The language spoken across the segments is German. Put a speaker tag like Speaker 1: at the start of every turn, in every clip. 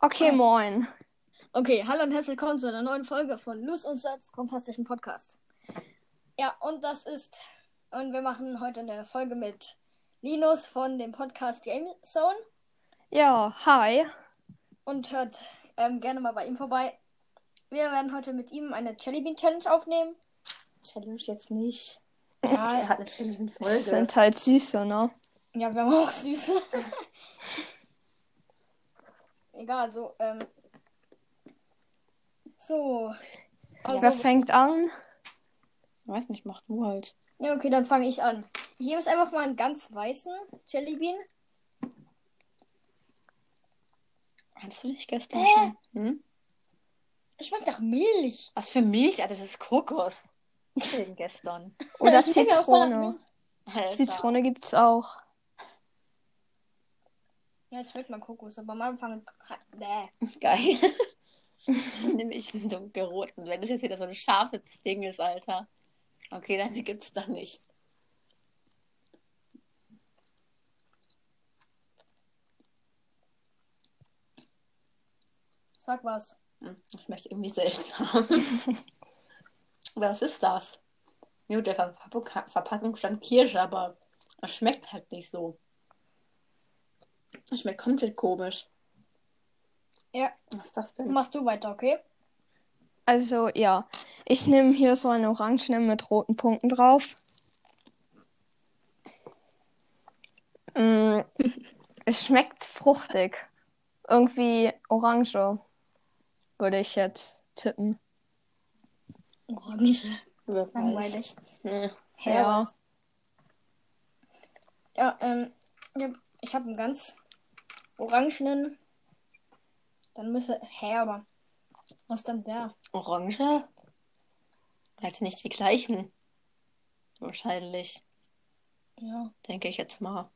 Speaker 1: Okay, moin.
Speaker 2: Okay, hallo und herzlich willkommen zu einer neuen Folge von Lust und Satz, fantastischen Podcast. Ja, und das ist, und wir machen heute eine Folge mit Linus von dem Podcast Game Zone
Speaker 1: Ja, hi.
Speaker 2: und hört ähm, gerne mal bei ihm vorbei. Wir werden heute mit ihm eine Jellybean Challenge aufnehmen.
Speaker 3: Challenge jetzt nicht.
Speaker 2: Ja,
Speaker 3: Er hat natürlich eine
Speaker 1: Das
Speaker 3: Folge.
Speaker 1: sind halt süße, ne?
Speaker 2: Ja, wir haben auch süße. Egal, so, ähm. So. also,
Speaker 1: Wer fängt an?
Speaker 3: Weiß nicht, mach du halt.
Speaker 2: Ja, okay, dann fange ich an. Ich nehme jetzt einfach mal einen ganz weißen Jellybean.
Speaker 3: Hast du dich gestern
Speaker 2: Hä?
Speaker 3: schon? Hm?
Speaker 2: Schmeckt nach Milch.
Speaker 3: Was für Milch? Alter, das ist Kokos. Ich bin gestern.
Speaker 1: Oder
Speaker 2: Das schmeckt ja auch voll nach
Speaker 1: Zitrone.
Speaker 2: Milch.
Speaker 3: Alter.
Speaker 1: Zitrone gibt's auch.
Speaker 2: Ja, jetzt schmeckt man Kokos, aber am Anfang. Bäh.
Speaker 3: Geil. Nimm ich einen dunkelroten. Wenn das jetzt wieder so ein scharfes Ding ist, Alter. Okay, dann gibt's doch nicht.
Speaker 2: Sag was.
Speaker 3: Hm, Das schmeckt irgendwie seltsam. Was ist das? Gut, der Verpackung, Verpackung stand Kirsche, aber es schmeckt halt nicht so. Es schmeckt komplett komisch.
Speaker 2: Ja.
Speaker 3: Was ist das denn?
Speaker 2: Machst du weiter, okay?
Speaker 1: Also, ja. Ich nehme hier so eine Orangene mit roten Punkten drauf. Mm, es schmeckt fruchtig. Irgendwie orange. Würde ich jetzt tippen.
Speaker 2: Orange.
Speaker 3: Wer weiß.
Speaker 2: Langweilig.
Speaker 3: Hm.
Speaker 1: Oh, Ja.
Speaker 2: Ja, ähm, ich hab- ich habe einen ganz orangenen. Dann müsste. Hä, aber. Was ist denn der?
Speaker 3: Orange? Also nicht die gleichen. Wahrscheinlich,
Speaker 2: Ja.
Speaker 3: denke ich jetzt mal.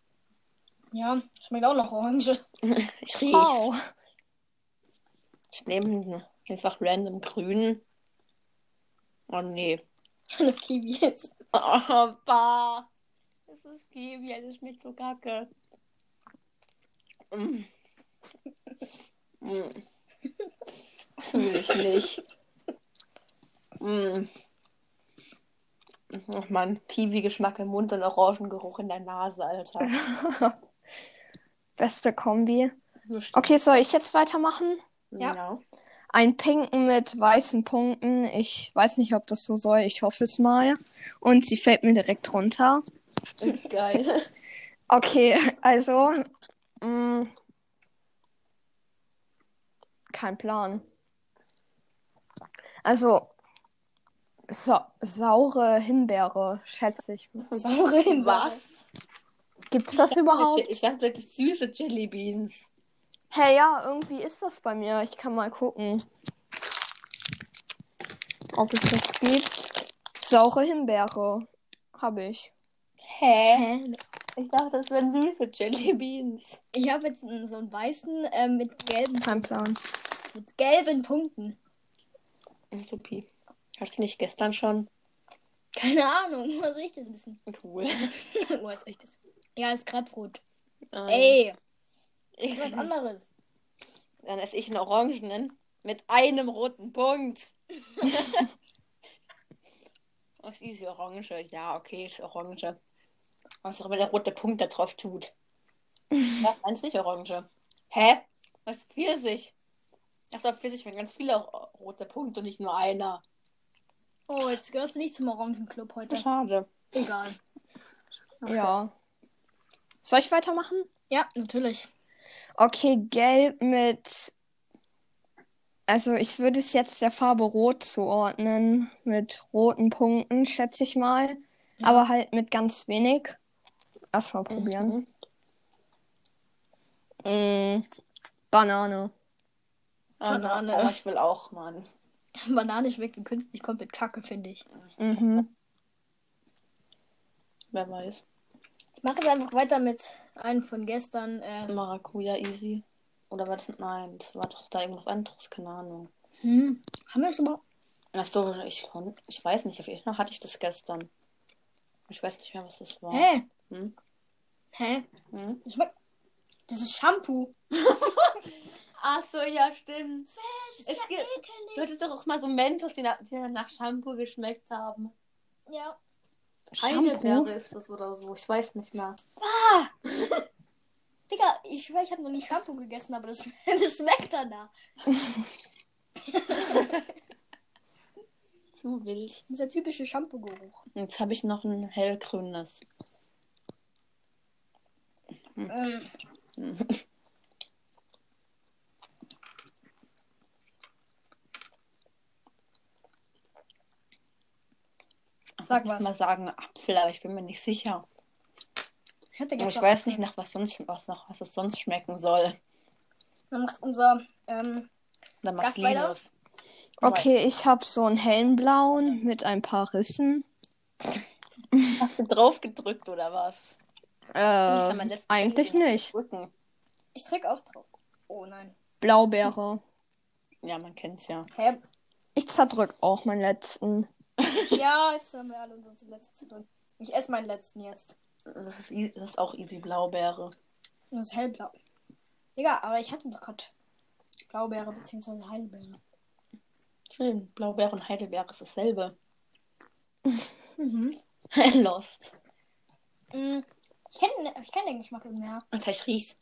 Speaker 2: Ja, schmeckt auch nach Orange.
Speaker 3: Ich riech's.
Speaker 1: Wow.
Speaker 3: Ich nehme einfach random grün. Oh nee.
Speaker 2: Das Kiwi jetzt.
Speaker 3: Oh, bah. Das ist Kiwi, das schmeckt so kacke. Mm. Mm. Das will ich nicht. Mm. Ach man, Kiwi-Geschmack im Mund und Orangengeruch in der Nase, Alter.
Speaker 1: Beste Kombi. Okay, soll ich jetzt weitermachen?
Speaker 2: Ja.
Speaker 3: Ja.
Speaker 1: Ein pinken mit weißen Punkten. Ich weiß nicht, ob das so soll. Ich hoffe es mal. Und sie fällt mir direkt runter.
Speaker 3: Geil.
Speaker 1: Okay, also. mm, kein Plan. Also. Sa saure Himbeere, schätze ich.
Speaker 2: Saure Himbeere.
Speaker 3: Was?
Speaker 1: Gibt's das überhaupt?
Speaker 3: Ich dachte, das ist süße Jelly Beans.
Speaker 1: Hey, ja, irgendwie ist das bei mir. Ich kann mal gucken, ob es das gibt. Saure Himbeere habe ich.
Speaker 3: Hä? Ich dachte, das wären süße Jelly Beans.
Speaker 2: Ich habe jetzt einen, so einen weißen ähm, mit, gelben,
Speaker 1: Kein Plan.
Speaker 2: mit gelben Punkten.
Speaker 3: Supi. Hast du nicht gestern schon?
Speaker 2: Keine Ahnung, was riecht das ein bisschen?
Speaker 3: Cool.
Speaker 2: was riecht das? Ja, ist Grapefruit.
Speaker 3: Ey.
Speaker 2: Ey, ist
Speaker 3: Mhm.
Speaker 2: was anderes.
Speaker 3: Dann esse ich einen Orangenen mit einem roten Punkt. Was ist die Orange? Ja, okay, ist Orange. Was auch immer der rote Punkt da drauf tut. Ja, meins nicht Orange. Hä? Was ist Pfirsich? Achso, auf Pfirsich waren ganz viele ro- rote Punkte und nicht nur einer.
Speaker 2: Oh, jetzt gehörst du nicht zum Orangenclub heute.
Speaker 3: Schade.
Speaker 2: Egal.
Speaker 1: Ja. Soll ich weitermachen?
Speaker 2: Ja, natürlich.
Speaker 1: Okay, gelb mit. Also, ich würde es jetzt der Farbe Rot zuordnen. Mit roten Punkten, schätze ich mal. Aber halt mit ganz wenig. Erstmal probieren.
Speaker 3: Mhm.
Speaker 1: Mm, Banane.
Speaker 3: Ah, na,
Speaker 2: Banane.
Speaker 3: Aber ich will auch, Mann.
Speaker 2: Banane schmeckt künstlich komplett kacke, finde ich.
Speaker 1: Mhm.
Speaker 3: Wer weiß.
Speaker 2: Ich mache jetzt einfach weiter mit einem von gestern. Äh,
Speaker 3: Maracuja easy. Oder war das? Nein, das war doch da irgendwas anderes, keine Ahnung.
Speaker 2: hm, haben wir es überhaupt?
Speaker 3: Achso, ich kon ich weiß nicht, auf jeden Fall hatte ich das gestern. Ich weiß nicht mehr, was das war.
Speaker 2: Hä?
Speaker 3: Hm?
Speaker 2: Hä?
Speaker 3: Hm?
Speaker 2: Das schmeckt. Das ist Shampoo.
Speaker 3: Ach so, ja, stimmt. Es gibt, du hattest doch auch mal so Mentos, die nach, die nach Shampoo geschmeckt haben.
Speaker 2: Ja.
Speaker 3: Heidelbeere ist das oder so. Ich weiß nicht mehr.
Speaker 2: Digga, ich schwöre, ich habe noch nie Shampoo gegessen, aber das, das schmeckt danach.
Speaker 3: Zu wild.
Speaker 2: Dieser typische Shampoo-Geruch.
Speaker 3: Jetzt habe ich noch ein hellgrünes.
Speaker 2: Ähm, Sag
Speaker 3: ich würde
Speaker 2: was.
Speaker 3: mal sagen Apfel, aber ich bin mir nicht sicher.
Speaker 2: Ich hatte
Speaker 3: Aber ich
Speaker 2: gestern-
Speaker 3: weiß nicht, nach was sonst was noch was es sonst schmecken soll.
Speaker 2: Dann macht unser. Ähm,
Speaker 3: Dann macht
Speaker 2: Gastweiler?
Speaker 3: Linus.
Speaker 1: Okay, ich habe so einen hellen blauen
Speaker 3: Mhm.
Speaker 1: mit ein paar Rissen.
Speaker 3: Hast du drauf gedrückt oder was?
Speaker 1: Äh,
Speaker 3: Nicht, mein letztes
Speaker 1: eigentlich
Speaker 3: Video noch zu
Speaker 1: nicht.
Speaker 3: drücken.
Speaker 2: ich trinke auch drauf. Oh nein.
Speaker 1: Blaubeere.
Speaker 3: Ja, man kennt's ja.
Speaker 2: Hä?
Speaker 1: Ich zerdrück auch meinen letzten.
Speaker 2: Ja, jetzt haben wir alle unseren letzten drin. Ich esse meinen letzten jetzt.
Speaker 3: Das ist i- das ist auch easy Blaubeere.
Speaker 2: Das ist hellblau. Digga, aber ich hatte doch gerade Blaubeere bzw. Heidelbeere.
Speaker 3: Schön. Blaubeere und Heidelbeere ist dasselbe.
Speaker 2: Mhm.
Speaker 3: Lost.
Speaker 2: Mm, Ich kenne ich kenn den Geschmack irgendwer.
Speaker 3: Und ich riech's.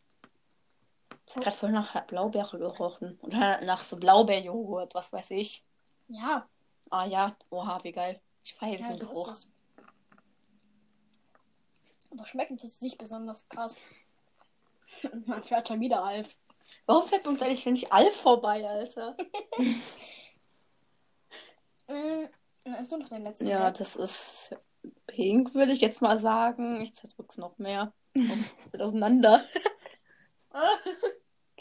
Speaker 3: Ich hab grad voll nach Blaubeere gerochen. Oder nach so Blaubeerjoghurt, was weiß ich.
Speaker 2: Ja,
Speaker 3: Ah ja, oha, wie geil. Ich feiere
Speaker 2: ja
Speaker 3: diesen
Speaker 2: das ist
Speaker 3: Geruch.
Speaker 2: es. Aber schmeckt uns jetzt nicht besonders krass. Man fährt schon wieder Alf.
Speaker 3: Warum fällt uns eigentlich ständig Alf vorbei, Alter?
Speaker 2: Mm, Na, ist nur noch den letzten.
Speaker 3: Ja,
Speaker 2: gell?
Speaker 3: das ist pink, würde ich jetzt mal sagen. Ich zerdrück's noch mehr. Und geht auseinander. Ah,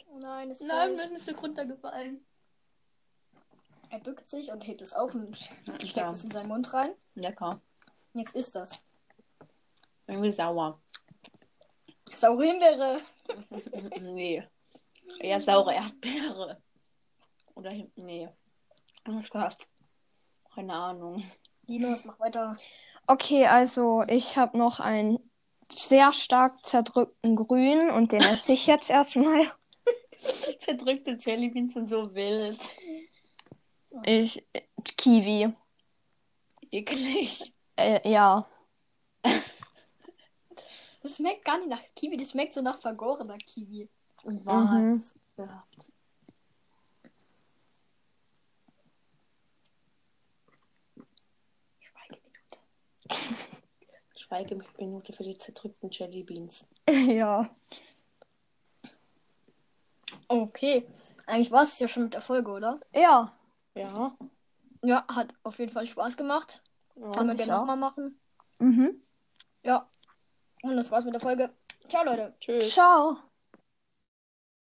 Speaker 2: Oh nein, das
Speaker 3: Nein,
Speaker 2: Nein,
Speaker 3: mir ist ein Stück runtergefallen.
Speaker 2: Er bückt sich und hebt es auf und steckt
Speaker 3: Ja,
Speaker 2: es in seinen Mund rein.
Speaker 3: lecker.
Speaker 2: Und jetzt ist das.
Speaker 3: Irgendwie sauer.
Speaker 2: Saure Himbeere.
Speaker 3: nee. Eher saure Erdbeere. Oder, Him- nee. Alles klar. Keine Ahnung.
Speaker 2: Linus, mach weiter.
Speaker 1: Okay, also ich habe noch einen sehr stark zerdrückten Grün und den esse ich jetzt erstmal.
Speaker 3: Zerdrückte Jellybeans sind so wild.
Speaker 1: Ich Kiwi.
Speaker 3: Eklig.
Speaker 1: Äh, ja.
Speaker 2: Das schmeckt gar nicht nach Kiwi, das schmeckt so nach vergorener Kiwi.
Speaker 1: Mhm.
Speaker 3: Und was? Ja.
Speaker 2: Schweigeminute.
Speaker 3: Schweigeminute für die zerdrückten Jellybeans.
Speaker 1: ja.
Speaker 2: Okay. Eigentlich war es ja schon mit der Folge, oder?
Speaker 1: Ja.
Speaker 3: Ja.
Speaker 2: Ja, hat auf jeden Fall Spaß gemacht. Kann man
Speaker 1: ich
Speaker 2: gerne
Speaker 1: auch.
Speaker 2: nochmal machen.
Speaker 1: Mhm.
Speaker 2: Ja. Und das war's mit der Folge. Ciao, Leute.
Speaker 3: Tschüss.
Speaker 1: Ciao.